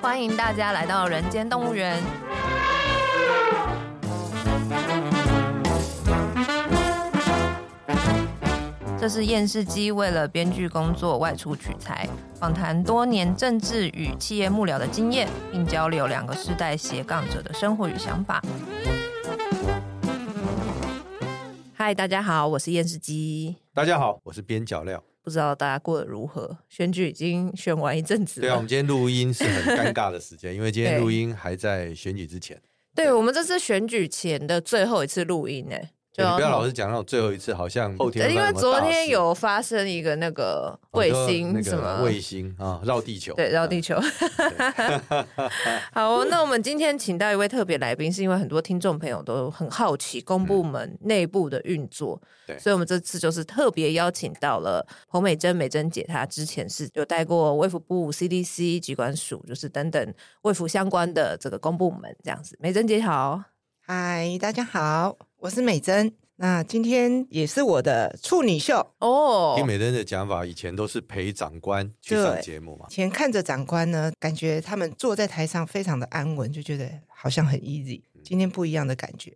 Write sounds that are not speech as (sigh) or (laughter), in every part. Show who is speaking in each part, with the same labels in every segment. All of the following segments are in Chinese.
Speaker 1: 欢迎大家来到人间动物园。这是验视机为了编剧工作外出取材，访谈多年政治与企业幕僚的经验，并交流两个世代斜杠者的生活与想法。嗨，大家好，我是验视机。
Speaker 2: 大家好，我是边角料。
Speaker 1: 不知道大家过得如何？选举已经选完一阵子
Speaker 2: 对啊，我
Speaker 1: 了
Speaker 2: 们，今天录音是很尴尬的时
Speaker 1: (laughs)
Speaker 2: 间，因为今天
Speaker 1: 对
Speaker 2: 录音还在选举之前。
Speaker 1: 对我们这次选举前的最后一次录音呢、就
Speaker 2: 欸你不要老是讲那种最后一次，好像后天
Speaker 1: 对
Speaker 2: 会
Speaker 1: 因为
Speaker 2: 发生什么
Speaker 1: 昨
Speaker 2: 大事哦
Speaker 1: 天有发生一个那个卫星
Speaker 2: 你
Speaker 1: 什
Speaker 2: 说那
Speaker 1: 么
Speaker 2: 个卫星啊，绕地球，
Speaker 1: 对，绕地
Speaker 2: (laughs)
Speaker 1: 球。好，哦那我们今天请到一位特别来宾，是因为很多听众朋友都很好奇公部门内部的运作，
Speaker 2: 对
Speaker 1: 所以我们这次就是特别邀请到了彭美珍、美珍姐，她之前是有带过卫福部、CDC、机关署，就是等等卫福相关的这个公部门这样子。美珍姐好，
Speaker 3: 嗨，大家好，我是美珍。那今天也是我的处女秀，
Speaker 1: 哦
Speaker 2: 听，美珍的讲法，以前都是陪长官去上
Speaker 3: 对
Speaker 2: 节
Speaker 1: (laughs)
Speaker 2: 目嘛
Speaker 3: 以，前看着长官呢，感觉他们坐在台上非常的安稳，就觉得好像很 easy。今
Speaker 2: 嗯
Speaker 3: 天不一样的感觉，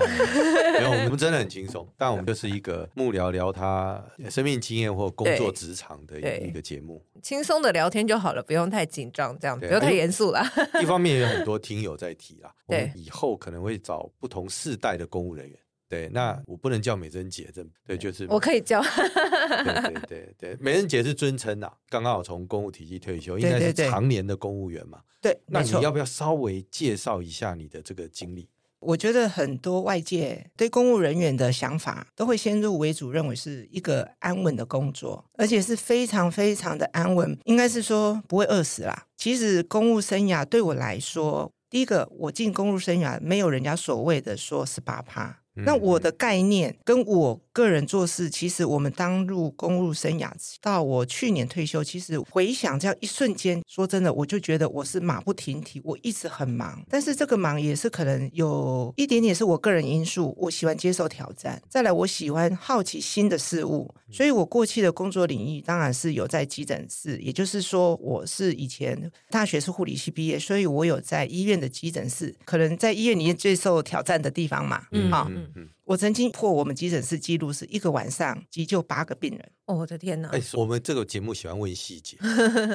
Speaker 2: 没有，我们真的很轻松，但我们就是一个幕僚聊他生命经验或工作
Speaker 1: 对
Speaker 2: 职场的
Speaker 1: 对
Speaker 2: 一一个节目。
Speaker 1: 轻松的聊天就好了，不用太紧张，这样不
Speaker 2: 对
Speaker 1: 用太
Speaker 2: 哎
Speaker 1: 严肃啦。 (laughs)
Speaker 2: 一方面也有很多听友在提啦，我
Speaker 1: 对
Speaker 2: 们以后可能会找不同世代的公务人员。对，那我不能叫美珍姐，这对就是
Speaker 1: 嗯我可以教， (laughs)
Speaker 2: 对对对对，美人姐是尊称呐、刚刚好从公务体系退休，应
Speaker 3: 对
Speaker 2: 该是
Speaker 3: 对对
Speaker 2: 常年的公务员嘛。
Speaker 3: 对，
Speaker 2: 那
Speaker 3: 没
Speaker 2: 你
Speaker 3: 错。
Speaker 2: 要不要稍微介绍一下你的这个经历？
Speaker 3: 我觉得很多外界对公务人员的想法，都会先入为主，认为是一个安稳的工作，而且是非常非常的安稳，应该是说不会饿死啦。其实公务生涯对我来说，第一个，我进公务生涯没有人家所谓的说十八趴。
Speaker 2: 嗯
Speaker 3: 那我的概念跟我个人做事，其实我们当入公务生涯到我去年退休，其实回想这样一瞬间，说真的，我就觉得我是马不停蹄，我一直很忙。但是这个忙也是可能有一点点是我个人因素，我喜欢接受挑战，再来我喜欢好奇新的事物，所以我过去的工作领域当然是有在急诊室，也就是说我是以前大学是护理系毕业，所以我有在医院的急诊室，可能在医院里面最受挑战的地方嘛，
Speaker 1: 嗯
Speaker 3: 好
Speaker 2: 嗯嗯。
Speaker 3: 我曾经破我们急诊室记录，是一个晚上急救八个病人。
Speaker 1: 哦，我的天哪！
Speaker 2: 哎、我们这个节目喜欢问细
Speaker 1: (laughs)
Speaker 2: 节，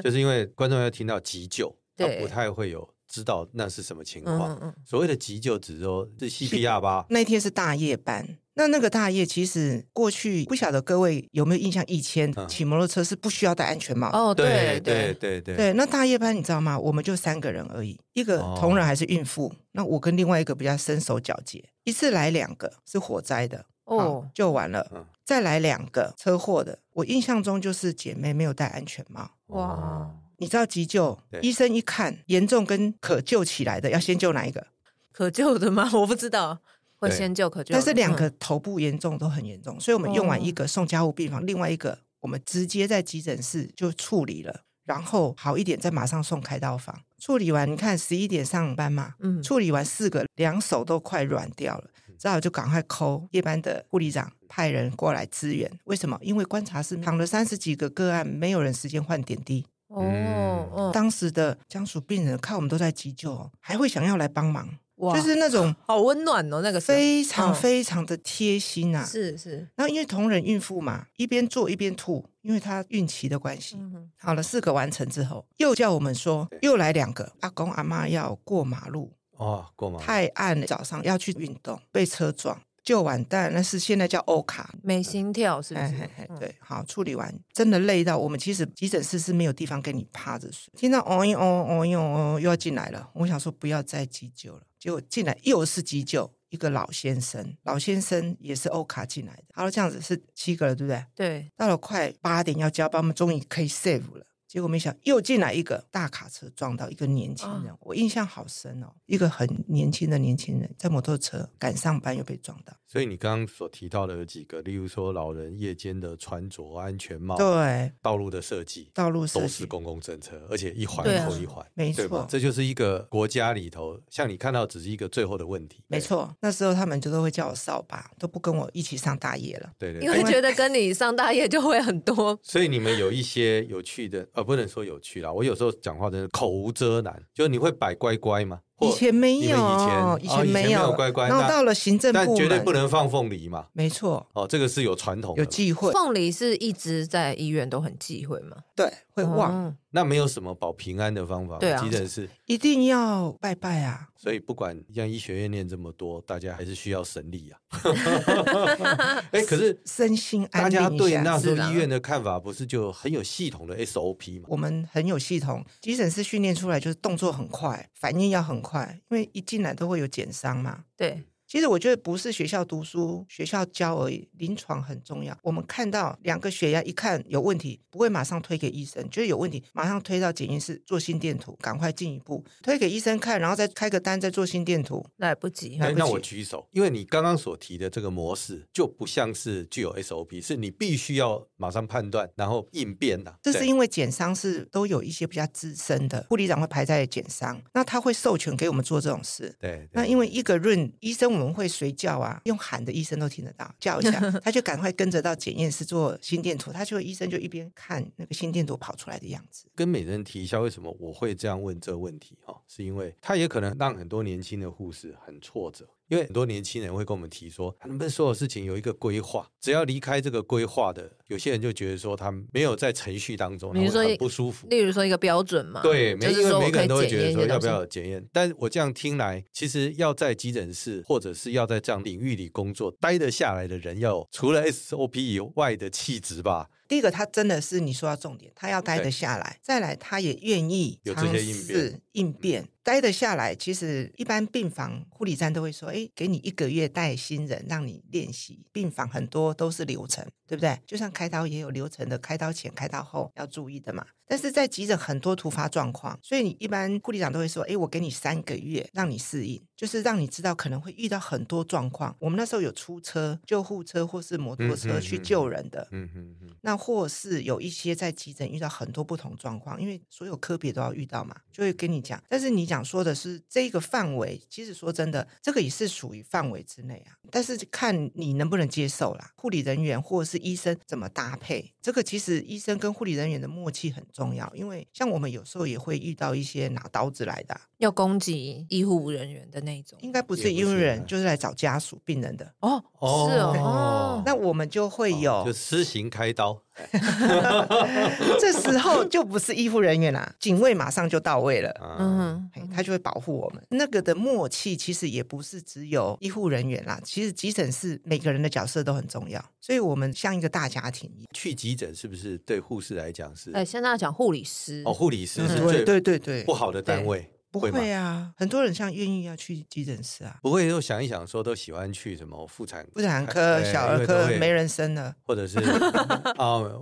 Speaker 2: 就是因为观众要听到急救，他
Speaker 1: 对
Speaker 2: 不太会有知道那是什么情
Speaker 1: 嗯
Speaker 2: 况。
Speaker 1: 嗯嗯，
Speaker 2: 所谓的急救，只是说是 CPR 吧？
Speaker 3: 那一天是大夜班，那那个大夜其实过去不晓得各位有没有印象，以前
Speaker 2: 嗯
Speaker 3: 骑摩托车是不需要戴安全帽的。
Speaker 1: 哦，对
Speaker 2: 对对对，
Speaker 3: 对，那大夜班你知道吗？我们就三个人而已，一个
Speaker 2: 哦
Speaker 3: 同仁还是孕妇，那我跟另外一个比较身手矫捷，一次来两个是火灾的，
Speaker 1: 哦
Speaker 3: 哦，，救完了，
Speaker 2: 嗯
Speaker 3: 再来两个车祸的。我印象中就是姐妹没有戴安全帽，
Speaker 2: 哦
Speaker 1: 哇，
Speaker 3: 你知道急救
Speaker 2: 对
Speaker 3: 医生一看严重跟可救起来的，要先救哪一个？
Speaker 1: 可救的吗？ (laughs) 我不知道，会
Speaker 2: 对
Speaker 1: 先救可救的，
Speaker 3: 但是两个
Speaker 1: 嗯哦
Speaker 3: 头部严重都很严重，所以我们用完一个送加护病房，另外一个我们直接在急诊室就处理了，然后好一点再马上送开刀房。处理完，你看十一点上班嘛，
Speaker 1: 嗯
Speaker 3: 处理完四个，两手都快软掉了，只好就赶快抠夜班的护理长派人过来支援。为什么？因为观察室躺了三十几个个案，没有人时间换点滴。
Speaker 1: 哦
Speaker 2: 嗯
Speaker 1: 哦，
Speaker 3: 当时的江属病人看我们都在急救哦，还会想要来帮忙，
Speaker 1: 哇
Speaker 3: 就是那种
Speaker 1: 好温暖哦，那个时候
Speaker 3: 非常
Speaker 1: 嗯
Speaker 3: 非常的贴心啊。
Speaker 1: 是是，
Speaker 3: 那因为同仁孕妇嘛，一边做一边吐，因为她孕期的关系。
Speaker 1: 嗯哼
Speaker 3: 好了，四个完成之后，又叫我们说
Speaker 2: 对
Speaker 3: 又来两个，阿公阿妈要过马路，
Speaker 2: 哦，过吗？
Speaker 3: 太暗了，早上要去运动，被车撞。就完蛋，但是现在叫欧卡，
Speaker 1: 没心跳是不
Speaker 3: 哎
Speaker 1: 是
Speaker 3: 嘿嘿？
Speaker 1: 嗯，
Speaker 3: 对，好处理完，真的累到我们其实急诊室是没有地方给你趴着睡，听到哦一哦哦一哦哦又要进来了，我想说不要再急救了，结果进来又是急救，一个老先生，老先生也是欧卡进来的，好了，这样子是七个了，对不对？
Speaker 1: 对，
Speaker 3: 到了快八点要交班，我们终于可以 save 了。结果没想又进来一个大卡车撞到一个年轻
Speaker 1: 啊
Speaker 3: 人，我印象好深哦，一个很年轻的年轻人在摩托车赶上班又被撞到，
Speaker 2: 所以你刚刚所提到的有几个，例如说老人夜间的穿着、安全帽、
Speaker 3: 对，
Speaker 2: 道路的设计，
Speaker 3: 道路设
Speaker 2: 哦都
Speaker 3: 计
Speaker 2: 是公共政策，而且一环
Speaker 1: 对啊
Speaker 2: 扣一环，
Speaker 3: 没
Speaker 2: 对吧
Speaker 3: 错？
Speaker 2: 这就是一个国家里头，像你看到只是一个最后的问题，
Speaker 3: 没错，那时候他们就都会叫我扫把，都不跟我一起上大夜了。
Speaker 2: 对，对
Speaker 1: 因
Speaker 2: 对。
Speaker 1: 为
Speaker 2: 哎
Speaker 3: (laughs)
Speaker 1: 觉得跟你上大夜就会很多，
Speaker 2: 所以你们有一些有趣的，呃、呃，不能说有趣啦，我有时候讲话真的口无遮拦，就是你会摆乖乖吗？或
Speaker 3: 以前没
Speaker 2: 你
Speaker 3: 有
Speaker 2: 们以前，
Speaker 3: 以
Speaker 2: 哦以前
Speaker 3: 没
Speaker 2: 没有乖乖
Speaker 3: 然后
Speaker 2: 那
Speaker 3: 到了行政
Speaker 2: 但
Speaker 3: 部
Speaker 2: 绝对不
Speaker 3: 门，
Speaker 2: 能放凤梨嘛。
Speaker 3: 没错，
Speaker 2: 哦，这个是有传统的
Speaker 3: 有
Speaker 2: 嘛，
Speaker 3: 忌讳，
Speaker 1: 凤梨是一直在医院都很忌讳嘛，
Speaker 3: 对，会忘，
Speaker 1: 哦
Speaker 2: 那没有什么保平安的方法吗。
Speaker 1: 对啊
Speaker 2: 急诊室，
Speaker 3: 一定要拜拜啊。
Speaker 2: 所以不管像医学院念这么多，大家还是需要神力啊。
Speaker 3: (laughs)
Speaker 2: 哎，可是
Speaker 3: 身心
Speaker 2: 大
Speaker 3: 安
Speaker 2: 家
Speaker 3: 定一
Speaker 2: 对那
Speaker 3: 下。
Speaker 2: 时
Speaker 1: 是
Speaker 2: 候
Speaker 1: 啦
Speaker 2: 医院的看法，不是就很有系统的 SOP 嘛？
Speaker 3: 我们很有系统，急诊室训练出来就是动作很快，反应要很快，因为一进来都会有减伤嘛。
Speaker 1: 对，
Speaker 3: 其实我觉得不是学校读书、学校教而已，临床很重要。我们看到两个血压一看有问题，不会马上推给医生，就是有问题马上推到检验室做心电图，赶快进一步推给医生看，然后再开个单，再做心电图。
Speaker 1: 来不及。
Speaker 3: 来
Speaker 2: 哎
Speaker 3: 不
Speaker 2: 那
Speaker 3: 及
Speaker 2: 我举手，因为你刚刚所提的这个模式就不像是具有 SOP，是你必须要马上判断，然后应变啊呐、
Speaker 3: 这是
Speaker 2: 为
Speaker 3: 因为减伤是都有一些比较资深的护理长会排在减伤，那他会授权给我们做这种事。
Speaker 2: 对，对
Speaker 3: 那因为一个润医生，我们会随叫啊，用喊的医生都听得到，叫一下，他就赶快跟着到检验室做心电图，他就医生就一边看那个心电图跑出来的样子。
Speaker 2: 跟每人提一下，为什么我会这样问这问题哈、哦？是因为他也可能让很多年轻的护士很挫折，因为很多年轻人会跟我们提说，他们所有事情有一个规划，只要离开这个规划的，有些人就觉得说他没有在程序当中，
Speaker 1: 你是
Speaker 2: 他会
Speaker 1: 说
Speaker 2: 很不舒服。
Speaker 1: 例如说一个标准嘛，
Speaker 2: 对，
Speaker 1: 就
Speaker 2: 没
Speaker 1: 是
Speaker 2: 因为
Speaker 1: 说
Speaker 2: 每
Speaker 1: 我可
Speaker 2: 个
Speaker 1: 以
Speaker 2: 人都会
Speaker 1: 检
Speaker 2: 觉得
Speaker 1: 验一
Speaker 2: 说
Speaker 1: 些东
Speaker 2: 要不
Speaker 1: 西。
Speaker 2: 要检验，但我这样听来，其实要在急诊室或者是要在这样领域里工作待得下来的人，要有除了 SOP 以外的气质吧。
Speaker 3: 第一个，他真的是你说到重点，他要待得下来；再来，他也愿意
Speaker 2: 有这些应变嗯
Speaker 3: 尝试应变，待得下来。其实一般病房护理站都会说：“哎，给你一个月带新人，让你练习。”病房很多都是流程，对不对？就像开刀也有流程的，开刀前、开刀后要注意的嘛。但是在急诊很多突发状况，所以你一般护理长都会说：“哎，我给你三个月，让你适应，就是让你知道可能会遇到很多状况。”我们那时候有出车、救护车或是摩托
Speaker 2: 嗯嗯
Speaker 3: 车
Speaker 2: 嗯
Speaker 3: 去救人的，
Speaker 2: 嗯哼哼，
Speaker 3: 那或是有一些在急诊遇到很多不同状况，因为所有科别都要遇到嘛，就会跟你讲。但是你讲说的是这个范围，其实说真的，这个也是属于范围之内啊。但是看你能不能接受啦，护理人员或是医生怎么搭配，这个其实医生跟护理人员的默契很重要，因为像我们有时候也会遇到一些拿刀子来的啊、
Speaker 1: 要攻击医护人员的那一种，
Speaker 3: 应该不
Speaker 2: 也
Speaker 3: 是
Speaker 2: 不
Speaker 3: 因为
Speaker 2: 是
Speaker 3: 人
Speaker 2: 啊
Speaker 3: 就是来找家属病人的，
Speaker 1: 哦，是哦，
Speaker 3: 那我们就会有、
Speaker 2: 就施行开刀，
Speaker 3: 这时候就不是医护人员啦，警卫马上就到位了。
Speaker 1: 哦
Speaker 2: 嗯，
Speaker 1: 嗯
Speaker 3: 哎，他就会保护我们。那个的默契其实也不是只有医护人员啦，其实急诊室每个人的角色都很重要，所以我们像一个大家庭一样。
Speaker 2: 去急诊是不是对护士来讲是
Speaker 1: 哼，？哎，现在要讲护理师
Speaker 2: 哦，，护理师是
Speaker 3: 嗯对
Speaker 2: 最
Speaker 3: 对对对，
Speaker 2: 不好的单位，
Speaker 3: 不
Speaker 2: 会吗
Speaker 3: 会啊，很多人像愿意要去急诊室啊，
Speaker 2: 不会又想一想说都喜欢去什么妇产
Speaker 3: 妇产科、
Speaker 2: 对
Speaker 3: 小
Speaker 2: 哎因
Speaker 3: 儿
Speaker 2: 为都
Speaker 3: 科
Speaker 2: 会
Speaker 3: 没人生了，
Speaker 2: 或者是啊、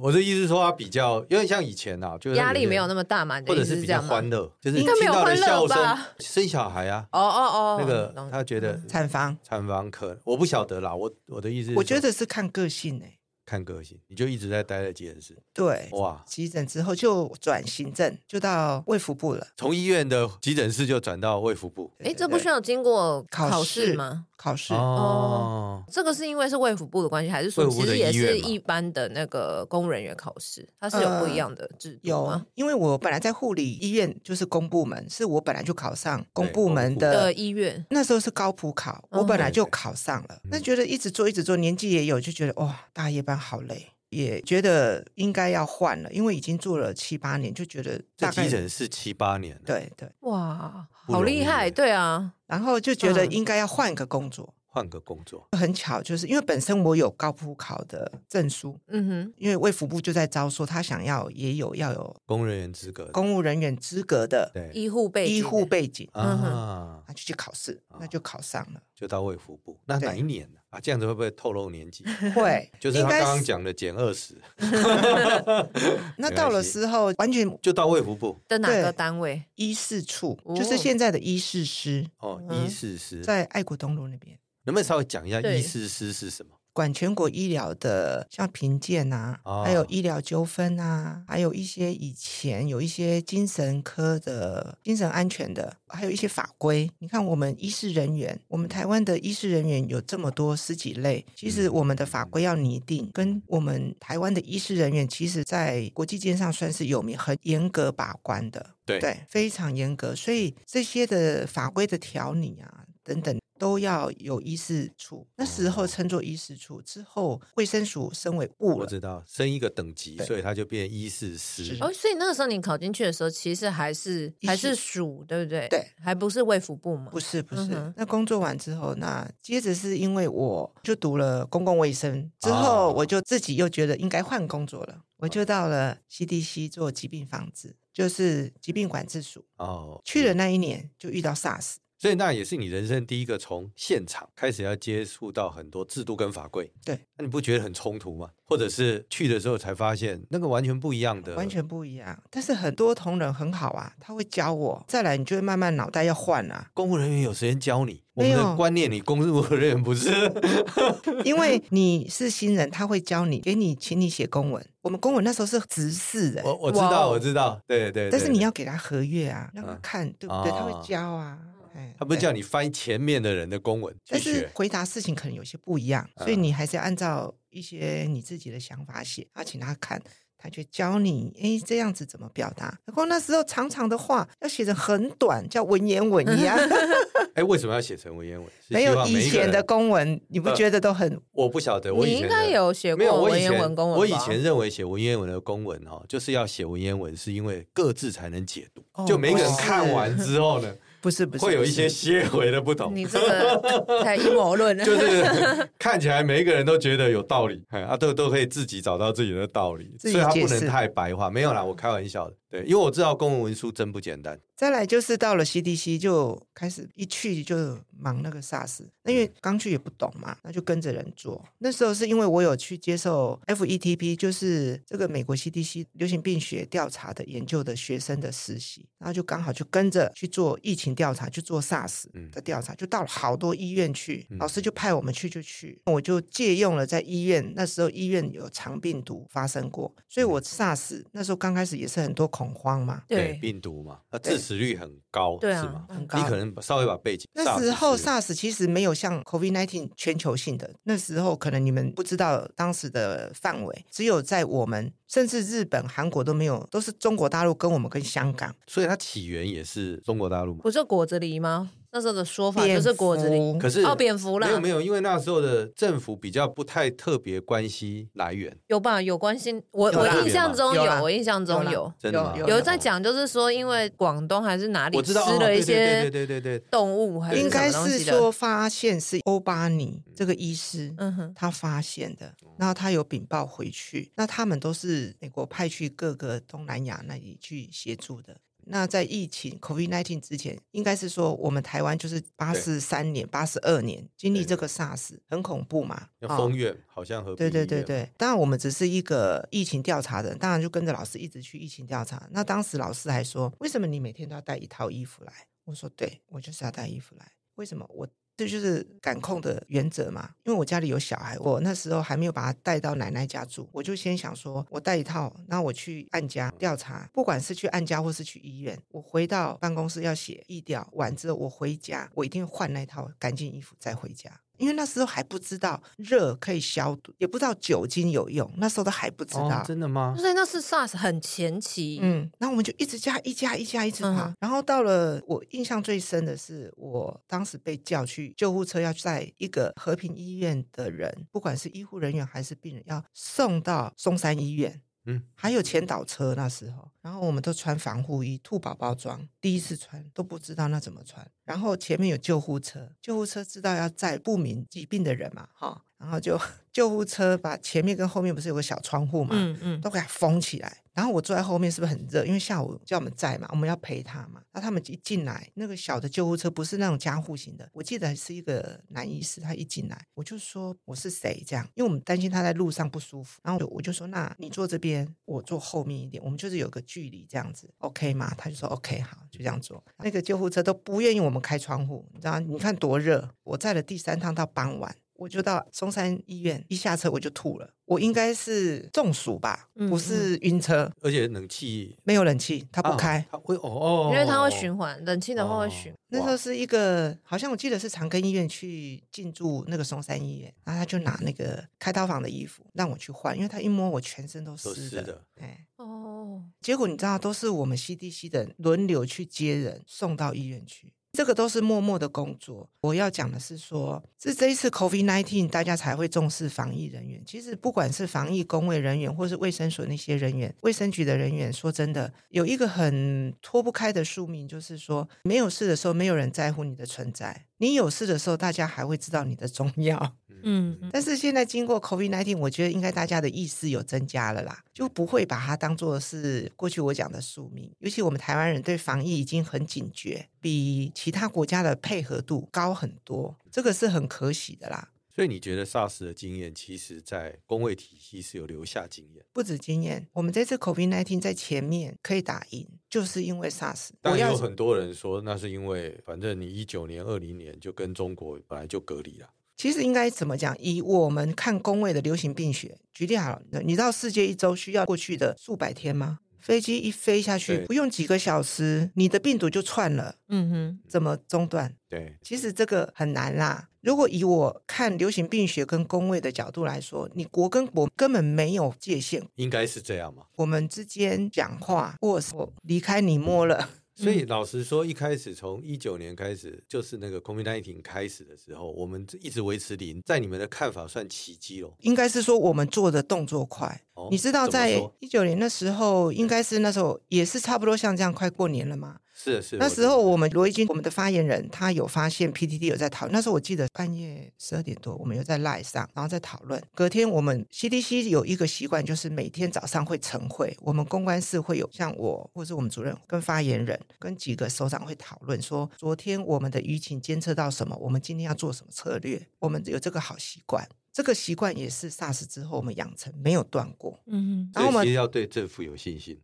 Speaker 2: 我的意思是说他比较，因为像以前啊，就是
Speaker 1: 压力没有
Speaker 2: 么。
Speaker 1: 那么大嘛，你的
Speaker 2: 或
Speaker 1: 意
Speaker 2: 者
Speaker 1: 思
Speaker 2: 是
Speaker 1: 是
Speaker 2: 比
Speaker 1: 这
Speaker 2: 较
Speaker 1: 样吗？
Speaker 2: 欢乐，就是
Speaker 1: 应
Speaker 2: 听
Speaker 1: 该没有
Speaker 2: 到的
Speaker 1: 欢乐
Speaker 2: 笑声
Speaker 1: 吧，
Speaker 2: 生小孩啊，
Speaker 1: 哦哦哦，
Speaker 2: 那
Speaker 1: 懂
Speaker 2: 个他觉得
Speaker 3: 产房。
Speaker 2: 产房可我不晓得啦，我我的意思是说，
Speaker 3: 嗯我觉得是看个性哎、
Speaker 2: 看个性，你就一直在待在急诊室，
Speaker 3: 对，
Speaker 2: 哇，
Speaker 3: 急诊之后就转行政，就到卫福部了。
Speaker 2: 从医院的急诊室就转到卫福部
Speaker 1: 哎，这不需要经过考试吗？
Speaker 3: 考试、
Speaker 1: 哦
Speaker 2: 哦，
Speaker 1: 这个是因为是卫福部的关系，还是说
Speaker 2: 卫
Speaker 1: 其
Speaker 2: 福部的
Speaker 1: 实也
Speaker 2: 医院
Speaker 1: 是
Speaker 2: 嘛
Speaker 1: 一般的那个公人员考试，它是有不一样的制度
Speaker 3: 有
Speaker 1: 吗？，
Speaker 3: 因为我本来在护理医院，就是公部门，是我本来就考上公
Speaker 2: 对
Speaker 3: 部
Speaker 2: 公
Speaker 3: 门
Speaker 2: 部
Speaker 3: 的
Speaker 1: 的医院
Speaker 3: 那时候是高普考，
Speaker 1: 嗯
Speaker 3: 我本来
Speaker 2: 哦对
Speaker 3: 就
Speaker 2: 对
Speaker 3: 考上了，那
Speaker 2: 嗯
Speaker 3: 觉得一直做一直做，年纪也有，就觉得哇，大夜班好累，也觉得应该要换了，因为已经做了七八年，就觉得
Speaker 2: 在
Speaker 3: 大概
Speaker 2: 急诊室七八年了，
Speaker 3: 对对，
Speaker 1: 哇，
Speaker 2: 不
Speaker 1: 好
Speaker 2: 容易
Speaker 1: 厉害！
Speaker 2: 耶
Speaker 1: 对啊，
Speaker 3: 然后就觉得
Speaker 1: 嗯
Speaker 3: 应该要换个工作。
Speaker 2: 换个工作，
Speaker 3: 很巧，就是因为本身我有高普考的证书，
Speaker 1: 嗯哼，
Speaker 3: 因为卫福部就在招说他想要也有要有
Speaker 2: 公人员资格的，
Speaker 3: 公务人员资格的
Speaker 2: 对
Speaker 1: 医护背景
Speaker 3: 医护
Speaker 1: 的
Speaker 3: 背景，
Speaker 1: 嗯哼
Speaker 2: 啊，
Speaker 3: 那就去考试，那
Speaker 2: 啊
Speaker 3: 就考上
Speaker 2: (laughs)
Speaker 3: 了。
Speaker 2: 就到卫福部，那哪一年呢？啊，这样子会不会透露年
Speaker 3: (laughs)
Speaker 2: 纪？
Speaker 3: 会，
Speaker 2: 就是
Speaker 3: 应
Speaker 2: 他
Speaker 3: 该
Speaker 2: 刚刚
Speaker 3: 是
Speaker 2: 讲的减二十，
Speaker 3: 那
Speaker 2: 没
Speaker 3: 到
Speaker 2: 关
Speaker 3: 了
Speaker 2: 系
Speaker 3: 之后，完全
Speaker 2: 就到卫福
Speaker 3: 嗯
Speaker 2: 部
Speaker 1: 的哪个
Speaker 3: 对
Speaker 1: 单位？
Speaker 3: 医事处，
Speaker 1: 哦
Speaker 3: 就是现在的医事师，
Speaker 2: 哦，
Speaker 1: 嗯
Speaker 2: 医师师
Speaker 3: 在爱国东路那边。
Speaker 2: 能不能稍微讲一下
Speaker 1: 对
Speaker 2: 医师师是什么？
Speaker 3: 管全国医疗的，像评鉴啊，
Speaker 2: 哦
Speaker 3: 还有医疗纠纷啊，还有一些以前有一些精神科的精神安全的，还有一些法规。你看，我们医师人员，我们台湾的医师人员有这么多十几类，其实
Speaker 2: 嗯
Speaker 3: 我们的法规要拟定，跟我们台湾的医师人员，其实在国际间上算是有名，很严格把关的。
Speaker 2: 对
Speaker 3: 对，非常严格，所以这些的法规的条理啊等等都要有医师处，那时候称作医师处，之后卫生署升为物
Speaker 2: 我
Speaker 3: 了，
Speaker 2: 知道升一个等级，
Speaker 3: 对
Speaker 2: 所以它就变一四师
Speaker 3: 是。
Speaker 1: 哦，所以那个时候你考进去的时候，其实还是
Speaker 3: 一
Speaker 1: 还
Speaker 3: 是
Speaker 1: 是属对不对？
Speaker 3: 对，
Speaker 1: 还不是卫福部嘛
Speaker 3: 不。是不是。
Speaker 1: 嗯哼
Speaker 3: 那工作完之后，那接着是因为我就读了公共卫生，之后
Speaker 2: 哦
Speaker 3: 我就自己又觉得应该换工作了，我就到了 CDC 做疾病防治，就是疾病管制署。
Speaker 2: 哦，
Speaker 3: 去了那一年就遇到 SARS，
Speaker 2: 所以那也是你人生第一个从现场开始要接触到很多制度跟法规。
Speaker 3: 对，
Speaker 2: 那你不觉得很冲突吗？或者是去的时候才发现那个完全不一样的，，
Speaker 3: 完全不一样。但是很多同仁很好啊，他会教我。再来，你就会慢慢脑袋要换啊
Speaker 2: 公务人员有时间教你，我
Speaker 3: 没
Speaker 2: 们
Speaker 3: 有
Speaker 2: 的观念里公务人员不是 (laughs)
Speaker 3: 因为你是新人，他会教你，给你，请你写公文。我们公文那时候是执事的、
Speaker 2: 我我知
Speaker 1: 哇
Speaker 2: 道
Speaker 1: 哦
Speaker 2: 我知道，对对。
Speaker 3: 但是你
Speaker 2: 对
Speaker 3: 要给他合约啊，让他看，对不对？
Speaker 2: 哦
Speaker 3: 他会教啊，哎
Speaker 2: 他不是
Speaker 3: 对
Speaker 2: 叫你翻前面的人的公文去
Speaker 3: 但是
Speaker 2: 学，
Speaker 3: 回答事情可能有些不一样，所以
Speaker 2: 嗯
Speaker 3: 你还是要按照一些你自己的想法写，啊，请他看，他就教你，哎，这样子怎么表达。不过那时候长长的话要写的很短，叫文言文一样，
Speaker 2: (laughs) 哎，为什么要写成文言文？是
Speaker 3: 没
Speaker 2: 希
Speaker 3: 有
Speaker 2: 望每
Speaker 3: 以
Speaker 2: 一个
Speaker 3: 前的
Speaker 2: 人，呃
Speaker 3: 公文，你不觉得都很
Speaker 2: 我不晓得，我以
Speaker 1: 你应
Speaker 2: 前
Speaker 1: 该
Speaker 2: 的
Speaker 1: 有写
Speaker 2: 没有，
Speaker 1: 过
Speaker 2: 我
Speaker 1: 文
Speaker 2: 以
Speaker 1: 言文
Speaker 2: 前
Speaker 1: 公文吧
Speaker 2: 我以前认为写文言文的公文哈、哦，就是要写文言文，是因为各自才能解读。
Speaker 3: 哦
Speaker 2: 就每个人
Speaker 3: 不是
Speaker 2: 看完之后呢，
Speaker 3: 不是不是
Speaker 2: 会有一些
Speaker 3: 不是
Speaker 2: 些微的不同。
Speaker 1: 你这
Speaker 2: (laughs)
Speaker 1: 个太阴谋
Speaker 3: (laughs)
Speaker 1: 论了。
Speaker 2: 就是
Speaker 1: (laughs)
Speaker 2: 看起来每一个人都觉得有道理， (laughs) 哎啊，都都可以自己找到自己的道理，
Speaker 3: 自
Speaker 2: 所
Speaker 3: 己
Speaker 2: 以他
Speaker 3: 解
Speaker 2: 不
Speaker 3: 释嗯
Speaker 2: 能太白话。没有啦，我开玩笑的。对，因为我知道公文文书真不简单。
Speaker 3: 再来就是到了 CDC 就开始一去就忙那个 SARS，那
Speaker 2: 嗯
Speaker 3: 因为刚去也不懂嘛，那就跟着人做。那时候是因为我有去接受 FETP，就是这个美国 CDC 流行病学调查的研究的学生的实习，然后就刚好就跟着去做疫情调查，去做 SARS
Speaker 2: 嗯
Speaker 3: 的调查，就到了好多医院去，
Speaker 2: 嗯
Speaker 3: 老师就派我们去就去，我就借用了在医院那时候医院有肠病毒发生过，所以
Speaker 2: 嗯
Speaker 3: 我 SARS 那时候刚开始也是很多恐慌嘛，
Speaker 1: 对，
Speaker 2: 病毒嘛，那
Speaker 3: 对
Speaker 2: 致死率很高，
Speaker 1: 对啊
Speaker 2: 是吗？
Speaker 3: 很高
Speaker 2: 你可能稍微把背景。
Speaker 3: 那时候
Speaker 2: SARS 是
Speaker 3: SARS 其实没有像 COVID-19 全球性的，那时候可能你们不知道当时的范围，只有在我们，甚至日本、韩国都没有，都是中国大陆跟我们跟香港
Speaker 2: 所以它起源也是中国大陆嘛。
Speaker 1: 不是果子狸吗？那时候的说法
Speaker 3: 蝙
Speaker 1: 就
Speaker 3: 蝠
Speaker 1: 是果子狸。
Speaker 2: 可是
Speaker 1: 哦，蝙蝠啦，
Speaker 2: 没有没有，因为那时候的政府比较不太特别关心来源，
Speaker 1: 有吧？有关心我，
Speaker 3: 有
Speaker 1: 我
Speaker 3: 啦
Speaker 1: 印象中
Speaker 3: 有
Speaker 1: 有，
Speaker 3: 啦
Speaker 1: 我印象中
Speaker 3: 有啦
Speaker 1: 有
Speaker 2: 真的吗
Speaker 3: 有
Speaker 1: 有在讲，就是说因为广东还是哪里
Speaker 2: 我
Speaker 1: 吃
Speaker 2: 知道哦
Speaker 1: 了一
Speaker 2: 对
Speaker 1: 些
Speaker 2: 对对对对对
Speaker 1: 动物，还是
Speaker 3: 应
Speaker 1: 什
Speaker 3: 该
Speaker 1: 么东
Speaker 3: 是
Speaker 1: 西的
Speaker 3: 说，发现是欧巴尼这个医师，
Speaker 1: 嗯哼，
Speaker 3: 他发现的，然后他有禀报回去，那他们都是美国派去各个东南亚那里去协助的。那在疫情 COVID-19 之前，应该是说我们台湾就是八十三年、八十二年经历这个 SARS，很恐怖嘛。
Speaker 2: 要
Speaker 3: 哦
Speaker 2: 封院，好像和
Speaker 3: 对对对对，当然我们只是一个疫情调查人，当然就跟着老师一直去疫情调查。那当时老师还说，为什么你每天都要带一套衣服来？我说，对我就是要带衣服来。为什么我？这就是感控的原则嘛，因为我家里有小孩，我那时候还没有把他带到奶奶家住，我就先想说，我带一套，那我去按家调查，不管是去按家或是去医院，我回到办公室要写意调，完之后我回家，我一定换那套干净衣服再回家，因为那时候还不知道热可以消毒，也不知道酒精有用，那时候都还不知道。
Speaker 2: 哦，真的吗？
Speaker 1: 所以那是 SARS 很前期，
Speaker 3: 嗯，然后我们就一直加，一加，一加，一直
Speaker 1: 嗯
Speaker 3: 跑。
Speaker 1: 哼
Speaker 3: 然后到了我印象最深的是，我当时被叫去救护车，要在一个和平医院的人，不管是医护人员还是病人，要送到松山医院。
Speaker 2: 嗯，
Speaker 3: 还有前导车那时候，然后我们都穿防护衣、兔宝宝装，第一次穿都不知道那怎么穿。然后前面有救护车，救护车知道要载不明疾病的人嘛，哈，然后就 (laughs) 救护车把前面跟后面不是有个小窗户嘛，
Speaker 1: 嗯嗯，
Speaker 3: 都给它封起来。然后我坐在后面，是不是很热？因为下午叫我们在嘛，我们要陪他嘛。那他们一进来，那个小的救护车不是那种加护型的，我记得是一个男医师，他一进来我就说我是谁这样，因为我们担心他在路上不舒服。然后我就我就说那你坐这边，我坐后面一点，我们就是有个距离这样子，OK 吗？他就说 OK，好，就这样做。那个救护车都不愿意我们开窗户，你知道，你看多热。我载了第三趟到傍晚，我就到松山医院，一下车我就吐了，我应该是中暑吧，
Speaker 1: 嗯
Speaker 3: 不是晕车，
Speaker 2: 而且冷气
Speaker 3: 没有冷气，它不
Speaker 2: 啊
Speaker 3: 开。
Speaker 2: 它会哦哦，
Speaker 1: 因为它会循环，冷气的话会循
Speaker 2: 哦。
Speaker 3: 那时
Speaker 2: 哇
Speaker 3: 候是一个，好像我记得是长庚医院去进驻那个松山医院，然后他就拿那个开刀房的衣服让我去换，因为他一摸我全身都
Speaker 2: 都
Speaker 3: 湿
Speaker 2: 湿
Speaker 3: 的。
Speaker 2: 的，
Speaker 3: 哎，
Speaker 1: 哦，
Speaker 3: 结果你知道，都是我们 CDC 的人轮流去接人送到医院去，这个都是默默的工作。我要讲的是说，是这一次 COVID-19 大家才会重视防疫人员。其实不管是防疫工卫人员，或是卫生所那些人员、卫生局的人员，说真的，有一个很脱不开的宿命，就是说没有事的时候，没有人在乎你的存在；你有事的时候，大家还会知道你的重要。
Speaker 1: 嗯，
Speaker 3: 但是现在经过 COVID 1 9我觉得应该大家的意识有增加了啦，就不会把它当做是过去我讲的宿命。尤其我们台湾人对防疫已经很警觉，比其他国家的配合度高很多，这个是很可喜的啦。
Speaker 2: 所以你觉得 SARS 的经验，其实在工位体系是有留下经验，
Speaker 3: 不止经验，我们这次 COVID 1 9在前面可以打赢，就是因为 SARS。
Speaker 2: 但
Speaker 3: 我
Speaker 2: 有
Speaker 3: 要
Speaker 2: 很多人说，那是因为反正你一九年、二零年就跟中国本来就隔离了，
Speaker 3: 其实应该怎么讲？以我们看工位的流行病学举例好了，你知道世界一周需要过去的数百天吗？飞机一飞下去，
Speaker 2: 对
Speaker 3: 不用几个小时，你的病毒就窜了，
Speaker 1: 嗯哼，
Speaker 3: 怎么中断？
Speaker 2: 对，
Speaker 3: 其实这个很难啦。如果以我看流行病学跟工位的角度来说，你国跟国根本没有界限，
Speaker 2: 应该是这样嘛。我
Speaker 3: 我们之间讲话，或是我离开你摸了，
Speaker 2: 所
Speaker 1: 嗯
Speaker 2: 以老实说，一开始从一九年开始，就是那个 COVID-19 开始的时候，我们一直维持零，在你们的看法算奇迹咯。
Speaker 3: 应该是说我们做的动作快。
Speaker 2: 哦
Speaker 3: 你知道，
Speaker 2: 怎么
Speaker 3: 在
Speaker 2: 说
Speaker 3: 一九年的时候，应该是那时候也是差不多像这样快过年了嘛。
Speaker 2: 是的是的
Speaker 3: 那时候
Speaker 2: 我
Speaker 3: 我们罗毅军，我们的发言人，他有发现 PTT 有在讨论。那时候我记得半夜十二点多，我们有在 Live 上，然后在讨论。隔天我们 CDC 有一个习惯，就是每天早上会晨会，我们公关室会有像我或是我们主任跟发言人跟几个首长会讨论说，昨天我们的舆情监测到什么，我们今天要做什么策略，我们有这个好习惯。这个习惯也是 SARS 之后我们养成，没有断过。
Speaker 1: 嗯
Speaker 2: 所
Speaker 3: 然
Speaker 2: 以
Speaker 3: 后我们
Speaker 2: 其实要对政府有信
Speaker 3: (laughs)
Speaker 2: 心，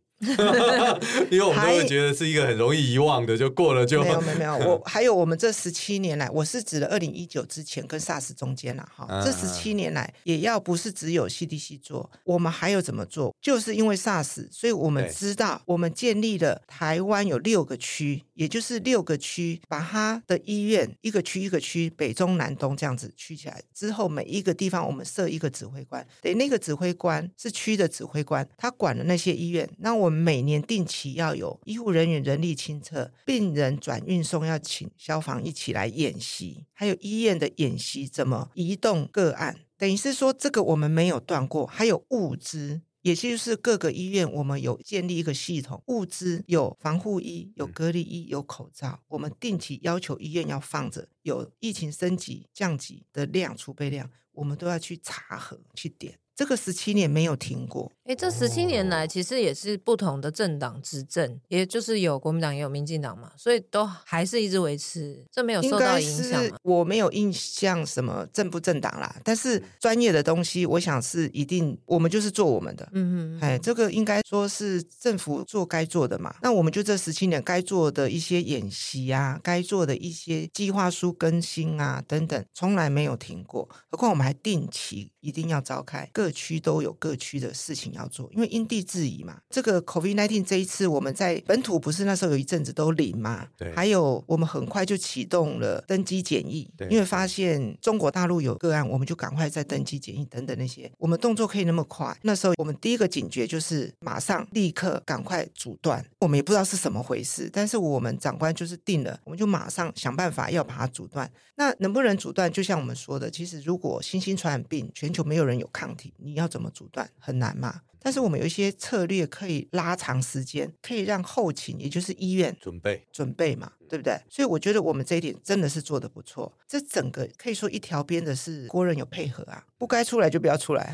Speaker 2: 因为我们都会觉得是一个很容易遗忘的，就过了就
Speaker 3: 没有没有没有，我还有我们这十七年来，我是指的二零一九之前跟 SARS 中间了哈
Speaker 2: 嗯，
Speaker 3: 这十七年来也要不是只有 CDC 做，我们还有怎么做？就是因为 SARS，所以我们
Speaker 2: 对
Speaker 3: 知道我们建立了台湾有六个区，也就是六个区，把它的医院一个区一个区，北中南东这样子区起来之后，每一个地方我们设一个指挥官，对，那个指挥官是区的指挥官，他管了那些医院。那我们每年定期要有医护人员人力清测，病人转运送要请消防一起来演习，还有医院的演习怎么移动个案，等于是说这个我们没有断过，还有物资。也就是各个医院，我们有建立一个系统，物资有防护衣、有
Speaker 2: 嗯
Speaker 3: 隔离衣、有口罩，我们定期要求医院要放着，有疫情升级、降级的量储备量，我们都要去查核去点。这个十七年没有停过，
Speaker 1: 哎，这十七年来其实也是不同的政党执政，也就是有国民党也有民进党嘛，所以都还是一直维持，这没有
Speaker 3: 应
Speaker 1: 受到
Speaker 3: 该
Speaker 1: 影响
Speaker 3: 是
Speaker 1: 嘛。
Speaker 3: 我没有印象什么正不正党啦，但是专业的东西，我想是一定我们就是做我们的。
Speaker 1: 嗯哼，
Speaker 3: 哎，这个应该说是政府做该做的嘛。那我们就这十七年该做的一些演习啊，该做的一些计划书更新啊等等，从来没有停过。何况我们还定期一定要召开，各区都有各区的事情要做，因为因地制宜嘛。这个 COVID-19 这一次我们在本土不是那时候有一阵子都零嘛，
Speaker 2: 对
Speaker 3: 还有我们很快就启动了登机检疫
Speaker 2: 对，
Speaker 3: 因为发现中国大陆有个案，我们就赶快在登机检疫等等那些，我们动作可以那么快。那时候我们第一个警觉就是马上立刻赶快阻断，我们也不知道是什么回事，但是我们长官就是定了，我们就马上想办法要把它阻断。那能不能阻断？就像我们说的，其实如果新兴传染病全球没有人有抗体，你要怎么阻断？很难嘛。但是我们有一些策略可以拉长时间，可以让后勤，也就是医院
Speaker 2: (laughs) 准备
Speaker 3: 准备嘛，对不对？所以我觉得我们这一点真的是做的不错。这整个可以说一条边的是国人有配合啊，不该出来就不要出
Speaker 1: (laughs)
Speaker 3: 来，啊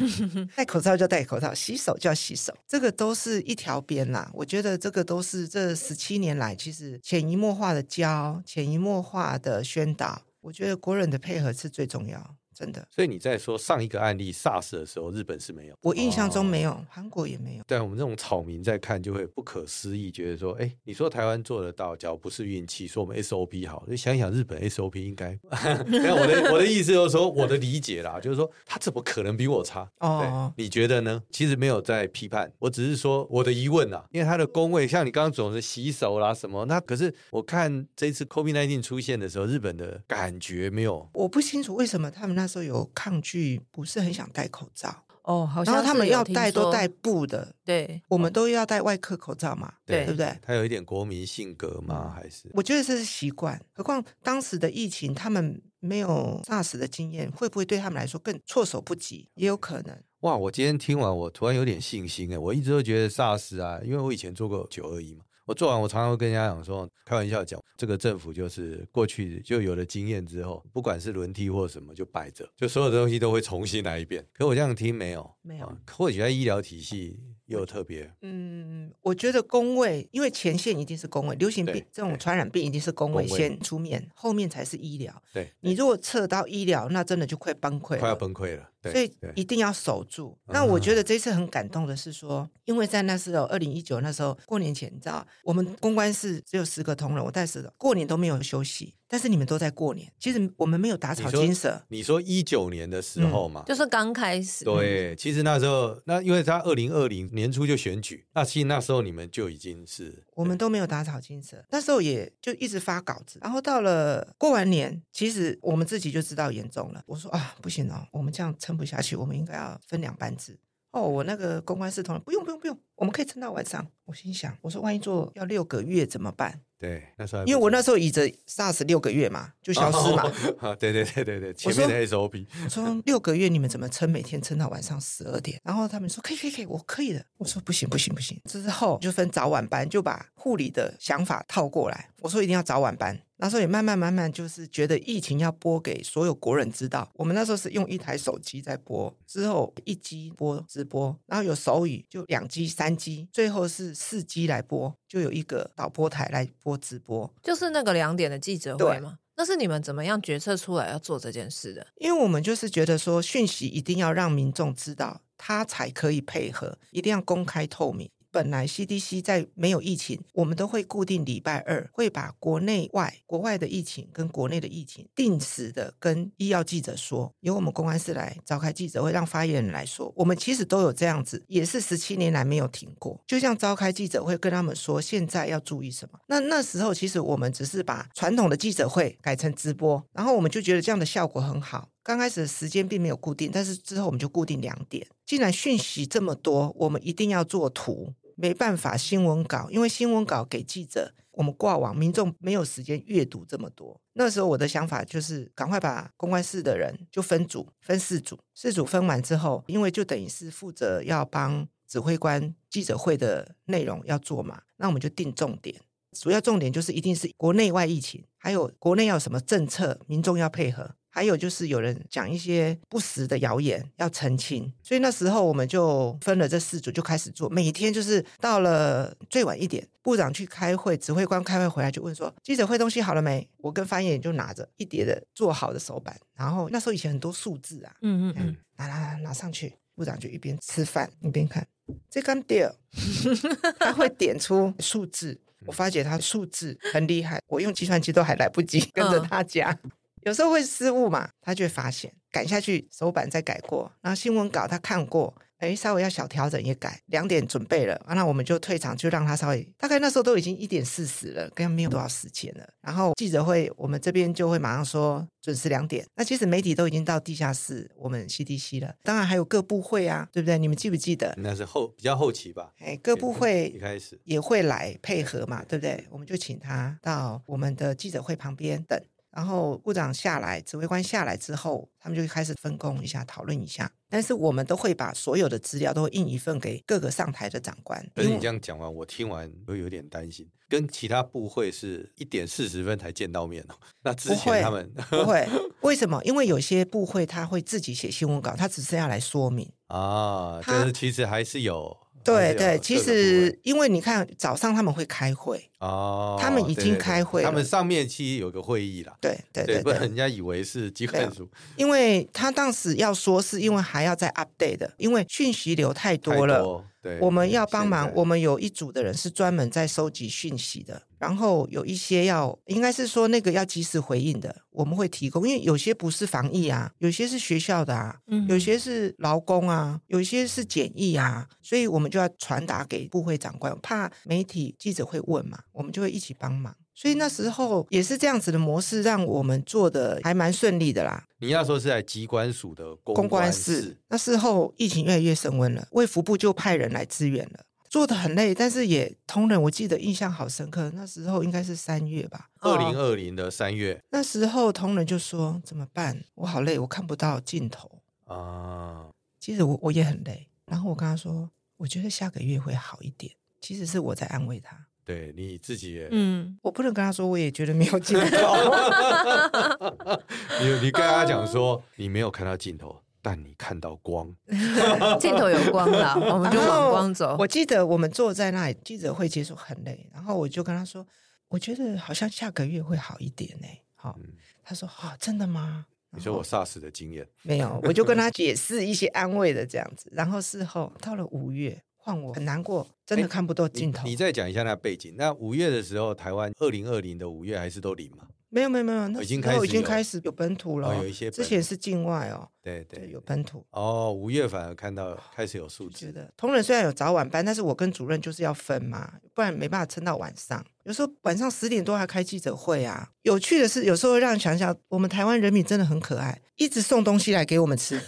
Speaker 3: 戴口罩就戴口罩，洗手就要洗手，这个都是一条边啦。我觉得这个都是这十七年来其实潜移默化的教，潜移默化的宣导。我觉得国人的配合是最重要。真的。
Speaker 2: 所以你在说上一个案例 SARS 的时候，日本是没有，
Speaker 3: 我印象中
Speaker 2: 哦
Speaker 3: 没有，韩国也没有。
Speaker 2: 但我们这种草民在看，就会不可思议，觉得说，哎，你说台湾做得到，假如不是运气，说我们 SOP 好，就想想日本 SOP 应该。 (laughs) 没有我的我的意思就是说，我的理解啦，就是说他怎么可能比我差？
Speaker 3: 哦，
Speaker 2: 对，你觉得呢？其实没有在批判，我只是说我的疑问啊，因为他的工位像你刚刚总是洗手啦什么，那可是我看这次 COVID-19 出现的时候，日本的感觉没有
Speaker 3: 我不清楚为什么他们那时候有抗拒，不是很想戴口罩，
Speaker 1: 哦，好
Speaker 3: 然
Speaker 1: 像
Speaker 3: 后他
Speaker 1: 是
Speaker 3: 们
Speaker 1: 有
Speaker 3: 要
Speaker 1: 听
Speaker 3: 戴都
Speaker 1: 说
Speaker 3: 戴布的，
Speaker 1: 对，
Speaker 3: 我
Speaker 2: 哦
Speaker 3: 们都要戴外科口罩嘛，
Speaker 1: 对
Speaker 3: 对不对？
Speaker 2: 他有一点国民性格吗？
Speaker 3: 嗯
Speaker 2: 还是
Speaker 3: 我觉得这是习惯，何况当时的疫情，他们没有 SARS 的经验，会不会对他们来说更措手不及？也有可能。
Speaker 2: 哇，我今天听完，我突然有点信心哎！我一直都觉得 SARS 啊，因为我以前做过九二一嘛，我做完我常常会跟人家讲说，开玩笑讲，这个政府就是过去就有了经验之后，不管是轮替或什么，就摆着，就所有的东西都会重新来一遍。可我这样听没有？
Speaker 3: 没有
Speaker 2: 啊或许在医疗体系又特别
Speaker 3: 嗯，我觉得工位，因为前线一定是工位，流行病
Speaker 2: 对
Speaker 3: 这种传染病一定是工位
Speaker 2: 工位
Speaker 3: 先出面，后面才是医疗。
Speaker 2: 对，
Speaker 3: 你如果撤到医疗，那真的就快崩溃了，
Speaker 2: 快要崩溃了。对，
Speaker 3: 所以
Speaker 2: 对
Speaker 3: 一定要守住。
Speaker 2: 嗯
Speaker 3: 那我觉得这次很感动的是说，因为在那时候，二零一九那时候过年前，你知道我们公关室只有十个同仁，我带十个，过年都没有休息，但是你们都在过年。其实我们没有打草
Speaker 2: 你说
Speaker 3: 惊蛇，
Speaker 2: 你说一九年的
Speaker 3: 嗯
Speaker 2: 时候嘛，
Speaker 1: 就是刚开始，
Speaker 2: 对，其实那时候那因为他二零二零年初就选举，那其实那时候你们就已经是
Speaker 3: 我们都没有打草惊蛇。那时候也就一直发稿子，然后到了过完年，其实我们自己就知道严重了。我说啊，不行哦，我们这样撑不下去，我们应该要分两班制。哦，我那个公关室同仁不用不用不用，我们可以撑到晚上。我心想，我说万一做要六个月怎么办？
Speaker 2: 对那时候还不
Speaker 3: 因为我
Speaker 2: 知道
Speaker 3: 那时候倚着 SARS 六个月嘛，就消失嘛。
Speaker 2: (laughs) 啊，对对对对对，前
Speaker 3: 说
Speaker 2: 面的 SOP
Speaker 3: 我说六个月你们怎么撑？每天撑到晚上十二点。然后他们说可以可以可以，我可以的。我说不行不行不行。之后就分早晚班，就把护理的想法套过来。我说一定要早晚班。那时候也慢慢慢慢就是觉得疫情要播给所有国人知道。我们那时候是用一台手机在播，之后一机播直播，然后有手语就两机三机，最后是四机来播，就有一个导播台来播直播。
Speaker 1: 就是那个两点的记者
Speaker 3: 对
Speaker 1: 会嘛。那是你们怎么样决策出来要做这件事的？
Speaker 3: 因为我们就是觉得说，讯息一定要让民众知道，他才可以配合，一定要公开透明。本来 CDC 在没有疫情，我们都会固定礼拜二会把国内外、国外的疫情跟国内的疫情定时的跟医药记者说，由我们公安室来召开记者会，让发言人来说。我们其实都有这样子，也是十七年来没有停过。就像召开记者会，跟他们说现在要注意什么。那那时候其实我们只是把传统的记者会改成直播，然后我们就觉得这样的效果很好。刚开始的时间并没有固定，但是之后我们就固定两点。既然讯息这么多，我们一定要做图，没办法新闻稿，因为新闻稿给记者，我们挂网，民众没有时间阅读这么多。那时候我的想法就是，赶快把公关室的人就分组，分四组，四组分完之后，因为就等于是负责要帮指挥官记者会的内容要做嘛，那我们就定重点。主要重点就是一定是国内外疫情，还有国内要有什么政策，民众要配合，还有就是有人讲一些不实的谣言要澄清。所以那时候我们就分了这四组，就开始做，每天就是到了最晚一点，部长去开会，指挥官开会回来就问说记者会东西好了没？我跟翻译就拿着一叠的做好的手板，然后那时候以前很多数字啊，
Speaker 1: 嗯嗯
Speaker 2: 嗯
Speaker 1: 嗯，
Speaker 3: 拿拿拿拿上去，部长就一边吃饭一边看这刚掉，他会点出数字。我发觉他数字很厉害，我用计算机都还来不及跟着他讲，有时候会失误嘛，他就会发现赶下去，手板再改过，然后新闻稿他看过，哎，稍微要小调整也改，两点准备了，啊那我们就退场，就让他稍微大概那时候都已经一点四十了，跟他没有多少时间了。然后记者会我们这边就会马上说准时两点，那其实媒体都已经到地下室，我们 CDC 了，当然还有各部会啊，对不对？你们记不记得？
Speaker 2: 那是后比较后期吧，
Speaker 3: 哎，各部
Speaker 2: 一
Speaker 3: 会
Speaker 2: 开始
Speaker 3: 也会来配合嘛，对不对？我们就请他到我们的记者会旁边等，然后部长下来，指挥官下来之后，他们就开始分工一下，讨论一下。但是我们都会把所有的资料都印一份给各个上台的长官，
Speaker 2: 可是你这
Speaker 3: 因为
Speaker 2: 样讲完，我听完会有点担心，跟其他部会是一点四十分才见到面哦。那之
Speaker 3: 不会
Speaker 2: 前他们
Speaker 3: 不会为什么？因为有些部会他会自己写新闻稿，他只是要来说明。
Speaker 2: (laughs) 啊，
Speaker 3: 他
Speaker 2: 就是其实还是有
Speaker 3: 对
Speaker 2: 还是有
Speaker 3: 对，其
Speaker 2: 啊各个部
Speaker 3: 实
Speaker 2: 位
Speaker 3: 因为你看早上他们会开会，
Speaker 2: 哦，
Speaker 3: 他们已
Speaker 2: 对对
Speaker 3: 经
Speaker 2: 对
Speaker 3: 开会
Speaker 2: 他们
Speaker 3: 了
Speaker 2: 上面期有个会议啦，
Speaker 3: 对对
Speaker 2: 对，
Speaker 3: 对
Speaker 2: 不然
Speaker 3: 对，
Speaker 2: 人家以为是机
Speaker 3: 对啊
Speaker 2: 关署
Speaker 3: 因为他当时要说是因为还要再 update 的，因为讯息流太
Speaker 2: 太
Speaker 3: 多了。
Speaker 2: 多，对，
Speaker 3: 我们要帮
Speaker 2: 现
Speaker 3: 忙
Speaker 2: 在，
Speaker 3: 我们有一组的人是专门在收集讯息的，然后有一些要，应该是说那个要及时回应的，我们会提供，因为有些不是防疫啊，有些是学校的啊，
Speaker 1: 嗯
Speaker 3: 有些是劳工啊，有些是检疫啊，所以我们就要传达给部会长官，怕媒体记者会问嘛，我们就会一起帮忙。所以那时候也是这样子的模式，让我们做的还蛮顺利的啦。
Speaker 2: 你那时候是在机关署的
Speaker 3: 公
Speaker 2: 关
Speaker 3: 关室。嗯那事后疫情越来越升温了，卫福部就派人来支援了，做的很累，但是也通人。我记得印象好深刻，那时候应该是三月吧。
Speaker 1: 嗯
Speaker 2: 二零
Speaker 1: 哦
Speaker 2: 二零的三月
Speaker 3: 那时候同仁就说：“怎么办？我好累，我看不到尽头。
Speaker 2: 啊，”
Speaker 3: 其实我我也很累，然后我跟他说：“我觉得下个月会好一点。”其实是我在安慰他，
Speaker 2: 对你自己也，
Speaker 1: 嗯， (laughs)
Speaker 3: 我不能跟他说我也觉得没有尽 (laughs) 头。
Speaker 2: 你你跟他讲说你没有看到尽头，但你看到光，
Speaker 1: 镜头有光了，我们就
Speaker 3: 然后
Speaker 1: 往光走。
Speaker 3: 我记得我们坐在那里记者会结束很累，然后我就跟他说，我觉得好像下个月会好一点呢、好、
Speaker 2: 嗯
Speaker 3: 他说啊、真的吗？
Speaker 2: 你说我 SARS 的经验，
Speaker 3: (laughs) 没有，我就跟他解释一些安慰的这样子。然后事后到了五月，换我很难过，真的
Speaker 2: 哎
Speaker 3: 看不到
Speaker 2: 你
Speaker 3: 尽头。
Speaker 2: 你再讲一下那背景。那五月的时候，台湾二零二零的五月还是都零嘛？
Speaker 3: 没有没有没有，那
Speaker 2: 已经
Speaker 3: 时
Speaker 2: 开
Speaker 3: 候
Speaker 2: 始
Speaker 3: 已经
Speaker 2: 有
Speaker 3: 开始有本土了哦、
Speaker 2: 哦有一些
Speaker 3: 之
Speaker 2: 本
Speaker 3: 前
Speaker 2: 土
Speaker 3: 是境外哦，
Speaker 2: 对对
Speaker 3: 对，有
Speaker 2: 对。
Speaker 3: 本土。
Speaker 2: 哦，五月反而看到开始有数
Speaker 3: 觉
Speaker 2: 字，
Speaker 3: 得同仁虽然有早晚班，但是我跟主任就是要分嘛，不然没办法撑到晚上。有时候晚上十点多还开记者会啊。有趣的是，有时候让人想想，我们台湾人民真的很可爱，一直送东西来给我们 (laughs) 吃。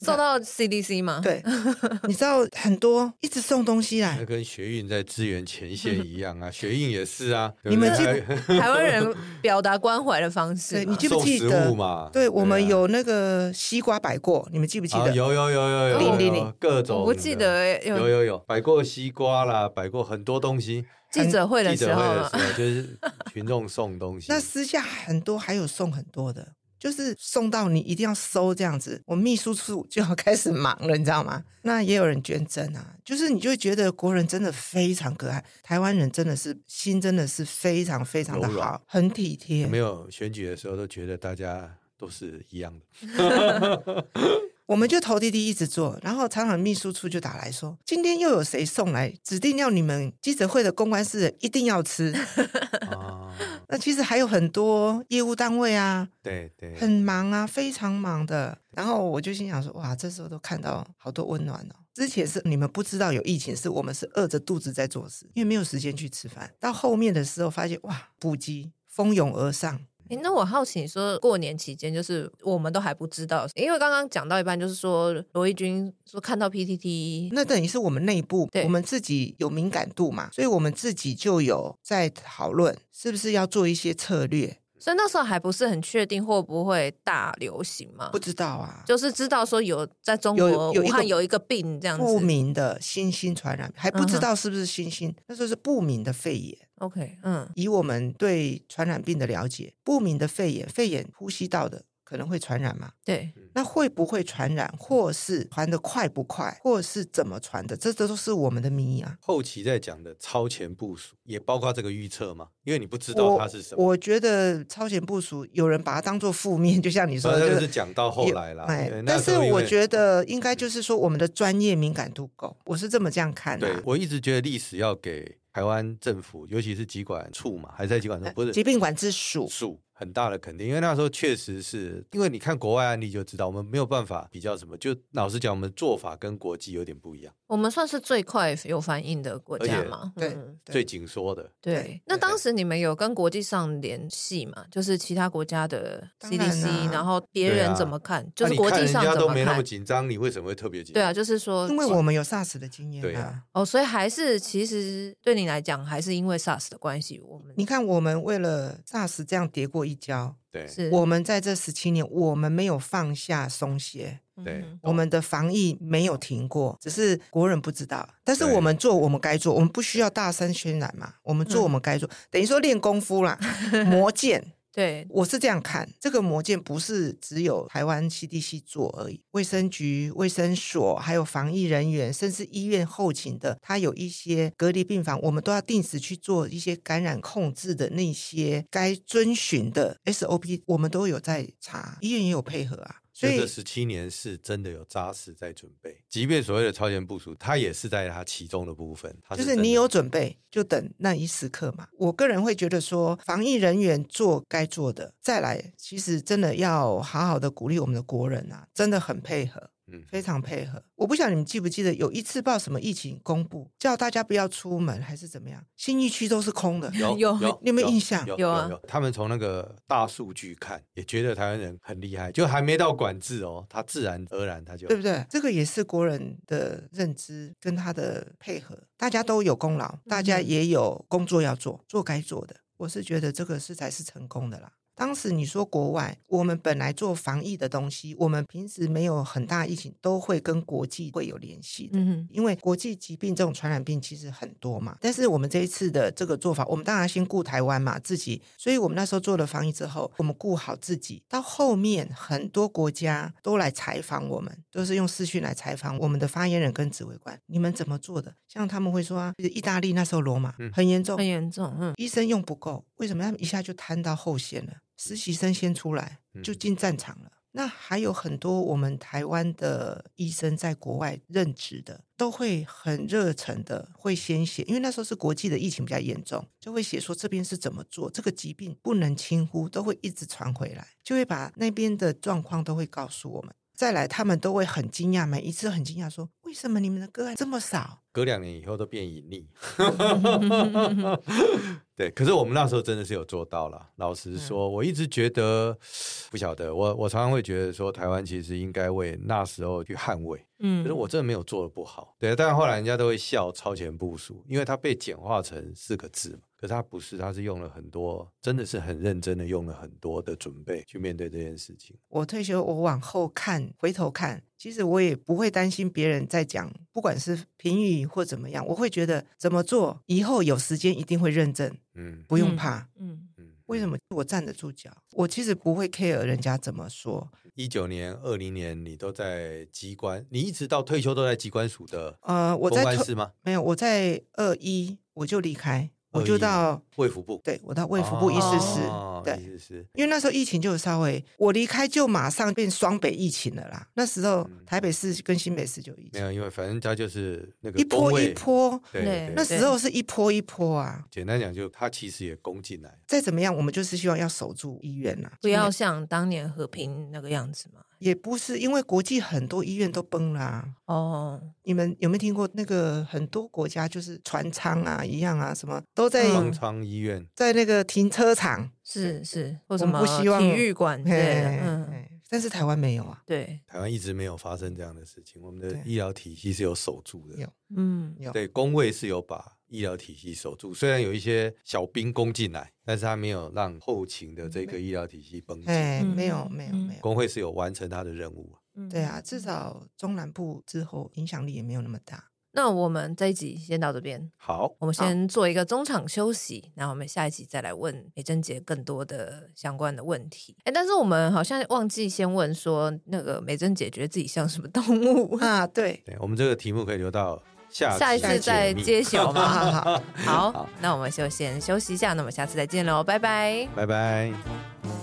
Speaker 1: 送到 CDC 吗？，
Speaker 3: 对，你知道很多一直送东西
Speaker 2: 那
Speaker 3: 来，
Speaker 2: 跟学运在支援前线一样啊，学运也是啊。对
Speaker 3: 你
Speaker 2: 不
Speaker 3: 们
Speaker 2: 对
Speaker 1: (laughs)
Speaker 3: 记
Speaker 1: 台湾人表达关怀的方式嘛。
Speaker 3: 对你记不
Speaker 2: 送
Speaker 3: 记
Speaker 2: 食
Speaker 3: 得
Speaker 2: 物嘛？
Speaker 3: 对我们
Speaker 2: 啊
Speaker 3: 有那个西瓜百过，你们记不记
Speaker 2: 啊，
Speaker 3: 得？
Speaker 2: 有有有有有
Speaker 3: 零零
Speaker 2: 有
Speaker 3: 零
Speaker 2: 各种的，
Speaker 1: 我不记得哎，
Speaker 2: 有
Speaker 1: 有
Speaker 2: 有有摆过西瓜啦，摆过很多东西。
Speaker 1: 记者会的
Speaker 2: 记者
Speaker 1: 时候啊
Speaker 2: 会
Speaker 1: 嘛
Speaker 2: 的时候，就是群众送东西
Speaker 3: 那。私下很多还有送很多的，就是送到你一定要收这样子。我秘书处就要开始忙了，你知道吗？那也有人捐赠啊，就是你就会觉得国人真的非常可爱，台湾人真的是心真的是非常非常的
Speaker 2: 柔软
Speaker 3: 好，很体贴
Speaker 2: 有。没有选举的时候都觉得大家都是一样的，
Speaker 3: 我们就投滴滴一直做，然后常常秘书处就打来说，今天又有谁送来，指定要你们记者会的公关室一定要吃。 (laughs)
Speaker 2: 啊，
Speaker 3: 那其实还有很多业务单位啊，
Speaker 2: 对对，
Speaker 3: 很忙啊，非常忙的。然后我就心想说，哇，这时候都看到好多温暖哦。之前是你们不知道有疫情，是我们是饿着肚子在做事，因为没有时间去吃饭。到后面的时候发现，哇，补给蜂拥而上，
Speaker 1: 诶那我好奇说，过年期间就是我们都还不知道，因为刚刚讲到一半，就是说罗毅军说看到 PTT，
Speaker 3: 那等于是我们内部
Speaker 1: 对
Speaker 3: 我们自己有敏感度嘛，所以我们自己就有在讨论是不是要做一些策略。
Speaker 1: 所以那时候还不是很确定会不会大流行嘛
Speaker 3: 不，知道啊，
Speaker 1: 就是知道说有在中
Speaker 3: 有
Speaker 1: 国
Speaker 3: 有一
Speaker 1: 武
Speaker 3: 个
Speaker 1: 汉有一个病这样
Speaker 3: 不
Speaker 1: 子。嗯
Speaker 3: 明的新兴传染还不知道是不是新兴，那时候是不明的肺炎。
Speaker 1: OK，嗯，
Speaker 3: 以我们对传染病的了解，不明的肺炎，肺炎呼吸道的可能会传染嘛？
Speaker 1: 对，
Speaker 3: 那会不会传染，或是传的快不快，或是怎么传的，这这都是我们的谜啊。
Speaker 2: 后期在讲的超前部署，也包括这个预测嘛，因为你不知道
Speaker 3: 我
Speaker 2: 它是什么，
Speaker 3: 我觉得超前部署，有人把它当做负面，就像你说
Speaker 2: 所以
Speaker 3: 的，
Speaker 2: 这
Speaker 3: 就
Speaker 2: 个是讲到后
Speaker 3: 也
Speaker 2: 来啦。
Speaker 3: 哎
Speaker 2: 对，那
Speaker 3: 但
Speaker 2: 时
Speaker 3: 是
Speaker 2: 候因
Speaker 3: 我
Speaker 2: 为嗯
Speaker 3: 觉得应该就是说，我们的专业敏感度够，我是这么这样看啊的、
Speaker 2: 对我一直觉得历史要给台湾政府，尤其是疾管处嘛，还是在疾管处，不是
Speaker 3: (laughs) 疾病管制署，
Speaker 2: 数很大的肯定，因为那时候确实是因为你看国外案例就知道，我们没有办法比较什么。就老实讲，我们做法跟国际有点不一样，
Speaker 1: 我们算是最快有反应的国
Speaker 2: 而
Speaker 1: 家
Speaker 2: 且
Speaker 1: 嘛，
Speaker 3: 对
Speaker 1: 嗯
Speaker 2: 最紧缩的。
Speaker 1: 对
Speaker 3: 对，
Speaker 1: 那
Speaker 3: 对
Speaker 1: 当时你们有跟国际上联系嘛？就是其他国家的
Speaker 3: 当然啊
Speaker 1: CDC，
Speaker 3: 啦
Speaker 1: 然后别人怎么看？就是国
Speaker 2: 啊那
Speaker 1: 际
Speaker 2: 你看
Speaker 1: 上
Speaker 2: 人家
Speaker 1: 怎
Speaker 2: 都
Speaker 1: 么
Speaker 2: 没那么
Speaker 1: 看？
Speaker 2: 紧张，你为什么会特别紧
Speaker 1: 对
Speaker 2: 张？
Speaker 1: 啊，就是说，
Speaker 3: 因为我们有 SARS 的经验
Speaker 2: 对
Speaker 3: 啊
Speaker 2: 啊。
Speaker 1: 哦，所以还是其实对你来讲，还是因为 SARS 的关系，我们
Speaker 3: 你看，我们为了 SARS 这样跌过一跤，
Speaker 2: 对
Speaker 1: 是
Speaker 3: 我们在这十七年，我们没有放下松懈，
Speaker 2: 对
Speaker 1: 嗯，
Speaker 3: 我们的防疫没有停过，只是国人不知道。但是
Speaker 2: 对
Speaker 3: 我们做我们该做，我们不需要大声渲染嘛，我们做我们该做，等于说练功夫啦，磨剑。
Speaker 1: 对，
Speaker 3: 我是这样看，这个魔戒不是只有台湾 CDC 做而已，卫生局、卫生所，还有防疫人员，甚至医院后勤的，它有一些隔离病房，我们都要定时去做一些感染控制的那些该遵循的 SOP，我们都有在查，医院也有配合啊。所
Speaker 2: 所以
Speaker 3: 以
Speaker 2: 这十七年是真的有扎实在准备，即便所谓的超前部署，它也是在它其中的部分。它
Speaker 3: 就是
Speaker 2: 真的
Speaker 3: 你有准备，就等那一时刻嘛。我个人会觉得说，防疫人员做该做的，再来，其实真的要好好的鼓励我们的国人啊，真的很配合，
Speaker 2: 嗯
Speaker 3: 非常配合。我不晓得你们记不记得，有一次报什么疫情公布，叫大家不要出门还是怎么样，新疫区都是空的。
Speaker 2: 有
Speaker 1: 有
Speaker 3: (laughs) 你有没有印象
Speaker 2: 有
Speaker 1: 有啊
Speaker 2: 他们从那个大数据看，也觉得台湾人很厉害，就还没到管制哦，他自然而然他就
Speaker 3: 对不对？这个也是国人的认知跟他的配合，大家都有功劳，大家也有工作要做，做该做的。我是觉得这个是才是成功的啦。当时你说国外，我们本来做防疫的东西，我们平时没有很大疫情，都会跟国际会有联系的。
Speaker 1: 嗯
Speaker 3: 因为国际疾病这种传染病其实很多嘛，但是我们这一次的这个做法，我们当然先顾台湾嘛自己，所以我们那时候做了防疫之后，我们顾好自己，到后面很多国家都来采访我们，都是用视讯来采访我们的发言人跟指挥官，你们怎么做的？像他们会说啊，意大利那时候罗马
Speaker 2: 嗯
Speaker 3: 很严重，
Speaker 1: 哼，很严重，嗯，
Speaker 3: 医生用不够，为什么他们一下就摊到后线了？实习生先出来
Speaker 2: 嗯
Speaker 3: 就进战场了。那还有很多我们台湾的医生在国外任职的，都会很热忱的会先写，因为那时候是国际的疫情比较严重，就会写说这边是怎么做，这个疾病不能轻忽，都会一直传回来，就会把那边的状况都会告诉我们。再来，他们都会很惊讶，每一次很惊讶说，为什么你们的个案这么少？
Speaker 2: 隔两年以后都变隐匿。对，可是我们那时候真的是有做到了。老实说，我一直觉得不晓得，我我常常会觉得说，台湾其实应该为那时候去捍卫。
Speaker 1: 嗯，
Speaker 2: 可是我真的没有做的不好，对，但后来人家都会笑超前部署，因为它被简化成四个字嘛。可是它不是，它是用了很多，真的是很认真的用了很多的准备去面对这件事情。
Speaker 3: 我退休，我往后看，回头看，其实我也不会担心别人在讲，不管是评语或怎么样，我会觉得怎么做，以后有时间一定会认证，
Speaker 2: 嗯
Speaker 3: 不用怕。
Speaker 1: 嗯，
Speaker 2: 嗯，
Speaker 3: 为什么我站得住脚？我其实不会 care 人家怎么说，
Speaker 2: 一九年、二零年你都在机关，你一直到退休都在机关署的
Speaker 3: 呃，我
Speaker 2: 公
Speaker 3: 在
Speaker 2: 关
Speaker 3: 退
Speaker 2: 室吗？
Speaker 3: 没有，我在二一我就离开，我就
Speaker 2: 21
Speaker 3: 到
Speaker 2: 卫福部，
Speaker 3: 对我到卫福部医师室，
Speaker 2: 哦
Speaker 3: 对，
Speaker 2: 医师室，
Speaker 3: 因为那时候疫情就稍微，我离开就马上变双北疫情了啦。那时候台北市跟新北市就有疫
Speaker 2: 嗯没
Speaker 3: 情，
Speaker 2: 有，因为反正它就是那个
Speaker 3: 一
Speaker 2: 工
Speaker 3: 波
Speaker 2: 位
Speaker 3: 一，波，
Speaker 2: 对，
Speaker 1: 对
Speaker 2: 对
Speaker 3: 那
Speaker 1: 是
Speaker 3: 时候是一波一波啊。
Speaker 2: 简单讲就它其实也攻进来，
Speaker 3: 再怎么样，我们就是希望要守住医院啦、
Speaker 1: 不要像当年和平那个样子嘛。
Speaker 3: 也不是因为国际很多医院都崩啦、
Speaker 1: 哦，
Speaker 3: 你们有没有听过那个很多国家就是船舱啊一样啊，什么都在、
Speaker 1: 嗯
Speaker 2: 方舱医院。
Speaker 3: 在那个停车场，
Speaker 1: 是是，或
Speaker 3: 我
Speaker 1: 什
Speaker 3: 们
Speaker 1: 么
Speaker 3: 不希望
Speaker 1: 体育馆之类的，
Speaker 3: 嘿
Speaker 1: 嗯，
Speaker 3: 嘿但是台湾没有啊，
Speaker 1: 对，
Speaker 2: 台湾一直没有发生这样的事情，我们的
Speaker 3: 对
Speaker 2: 医疗体系是有守住的
Speaker 3: 有。
Speaker 1: 嗯，
Speaker 3: 有
Speaker 2: 对，工位是有把医疗体系守住，虽然有一些小兵攻进来，但是他没有让后勤的
Speaker 3: 嗯
Speaker 2: 这个医疗体系崩解。
Speaker 3: 哎、
Speaker 1: 嗯
Speaker 3: 没有没有
Speaker 1: 嗯
Speaker 3: 没有，
Speaker 2: 工会是有完成他的任务啊，
Speaker 1: 嗯
Speaker 3: 对啊，至少中南部之后影响力也没有那么大。
Speaker 1: 那我们这一集先到这边，
Speaker 2: 好，
Speaker 1: 我们先做一个中场休息，然后我们下一集再来问美珍姐更多的相关的问题。哎，但是我们好像忘记先问说，那个美珍姐觉得自己像什么动物？
Speaker 3: 啊，对，
Speaker 2: 对我们这个题目可以留到下
Speaker 1: 下一
Speaker 2: 集
Speaker 1: 次再
Speaker 2: 解密
Speaker 1: 揭晓
Speaker 2: (laughs)
Speaker 3: 好
Speaker 1: 嘛。
Speaker 3: 好好。
Speaker 1: 好
Speaker 2: 好，
Speaker 1: 那我们就先休息一下，那我们下次再见喽，拜拜。
Speaker 2: 拜拜。
Speaker 3: 拜拜。